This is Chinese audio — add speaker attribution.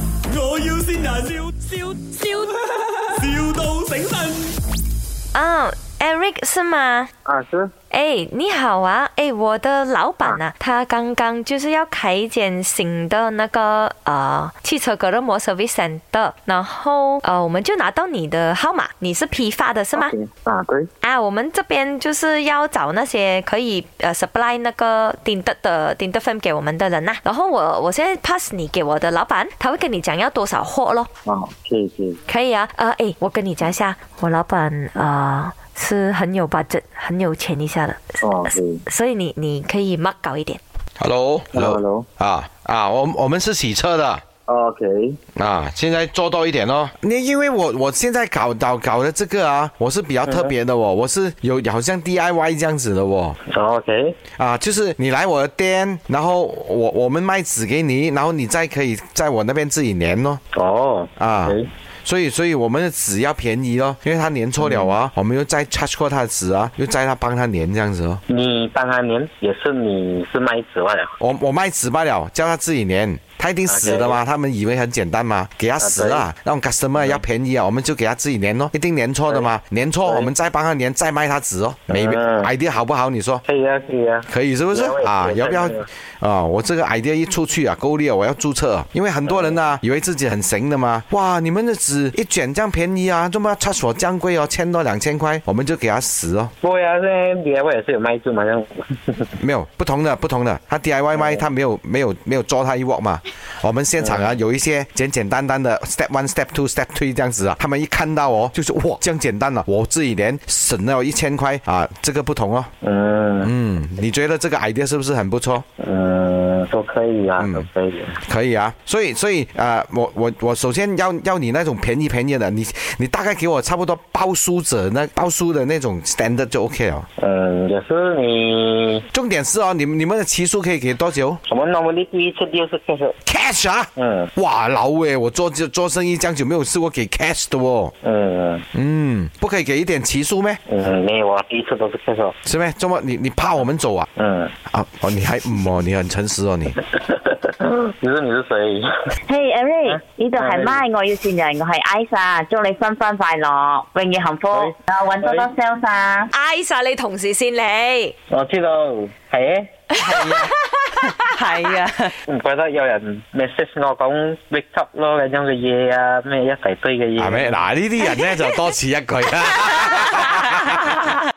Speaker 1: 要先人，笑笑笑，,笑到醒神。
Speaker 2: 嗯、e r i c 是吗？
Speaker 3: 啊，是
Speaker 2: 哎，你好啊！哎，我的老板啊，他刚刚就是要开一间新的那个呃汽车隔热膜 service center，然后呃我们就拿到你的号码，你是批发的是吗
Speaker 3: OK，啊，对，
Speaker 2: 啊，我们这边就是要找那些可以呃 supply 那个顶的的顶的分给我们的人呐、啊然后我我现在 pass 你给我的老板，他会跟你讲要多少货咯。
Speaker 3: 啊，谢谢。
Speaker 2: 可以啊，呃，诶，我跟你讲一下，我老板呃是很有 budget、很有钱一下的，
Speaker 3: 哦对
Speaker 2: 所以你你可以 mark 高一点。
Speaker 3: Hello，
Speaker 4: Hello，Hello，
Speaker 3: hello
Speaker 4: 啊啊，我我们是洗车的
Speaker 3: OK，
Speaker 4: 啊，现在做到一点哦。那因为我我现在搞搞搞的这个啊，我是比较特别的
Speaker 3: 嗯
Speaker 4: 哦，我是有好像 DIY 这样子的哦。
Speaker 3: OK，
Speaker 4: 啊，就是你来我的店，然后我我们卖纸给你，然后你再可以在我那边自己粘咯。
Speaker 3: 哦，
Speaker 4: 啊
Speaker 3: OK，
Speaker 4: 所以所以我们的纸要便宜咯，因为他粘错了
Speaker 3: 嗯
Speaker 4: 啊，我们又再 charge 过他的纸啊，又再他帮他粘这样子哦。
Speaker 3: 你帮他粘也是你是卖纸外了，
Speaker 4: 我我卖纸罢了，叫他自己粘。他一定死的
Speaker 3: 啊
Speaker 4: 嘛他们以为很简单嘛，给他死啊，让 customer 要便宜啊，我们就给他自己粘咯，一定粘错的嘛，粘错
Speaker 3: 嗯对
Speaker 4: 我们再帮他粘，再卖他纸哦，没
Speaker 3: 嗯
Speaker 4: idea 好不好？你说
Speaker 3: 可以啊，可以啊，
Speaker 4: 可以是不是
Speaker 3: 有有
Speaker 4: 啊？
Speaker 3: 有
Speaker 4: 要不要
Speaker 3: 有有
Speaker 4: 啊？我这个 idea 一出去啊，够力啊，我要注册啊，因为很多人呢、
Speaker 3: 嗯
Speaker 4: 以为自己很行的嘛，哇，你们的纸一卷这样便宜啊，这么厕所这样贵哦，千多两千块，我们就给他死哦。
Speaker 3: 不会啊，现在 DIY 也是有卖纸嘛，像
Speaker 4: 没有不同的，不同的，他 DIY 卖他没有没有没有做他一 walk 嘛。我们现场啊有一些简简单单的 step one step two step three 这样子啊，他们一看到哦，就是哇这样简单了、我自己连省了一千块啊，这个不同哦。
Speaker 3: 嗯
Speaker 4: 嗯，你觉得这个 idea 是不是很不错？
Speaker 3: 嗯都可以啊，都可以啊，
Speaker 4: 可以啊，所以所以呃，我我我首先要要你那种便宜便宜的，你你大概给我差不多包书者那包书的那种 standard 就 OK 了。
Speaker 3: 嗯，也是你
Speaker 4: 重点是哦，你们你们的期数可以给多久？
Speaker 3: 我们 normally 第一次就是开始，
Speaker 4: cash 啊，
Speaker 3: 嗯
Speaker 4: 哇老诶，我做这做生意这样久没有试过给 cash 的哦，
Speaker 3: 嗯
Speaker 4: 嗯，不可以给一点奇数咩？
Speaker 3: 嗯，没有啊，第一次都是开始，
Speaker 4: 是咩？这么你你怕我们走啊？
Speaker 3: 嗯，
Speaker 4: 啊哦，你还嗯哦，你很诚实哦你，
Speaker 3: 你说你是谁？
Speaker 5: Hey Eric，呢度
Speaker 3: 啊
Speaker 5: 係 My 我要善人，我係 Ice 啊，祝你新婚快樂，永遠幸福，
Speaker 3: 喂
Speaker 5: 啊揾多多 sales 啊！
Speaker 2: 挨晒你同事先你，
Speaker 3: 我知道，系。
Speaker 2: 係啊，
Speaker 3: 唔怪得有人 message 我講 wake up 咯咁樣嘅嘢
Speaker 4: À,
Speaker 3: 啊，咩一大堆嘅嘢。
Speaker 4: 係咪？嗱呢啲人咧就多此一舉啦。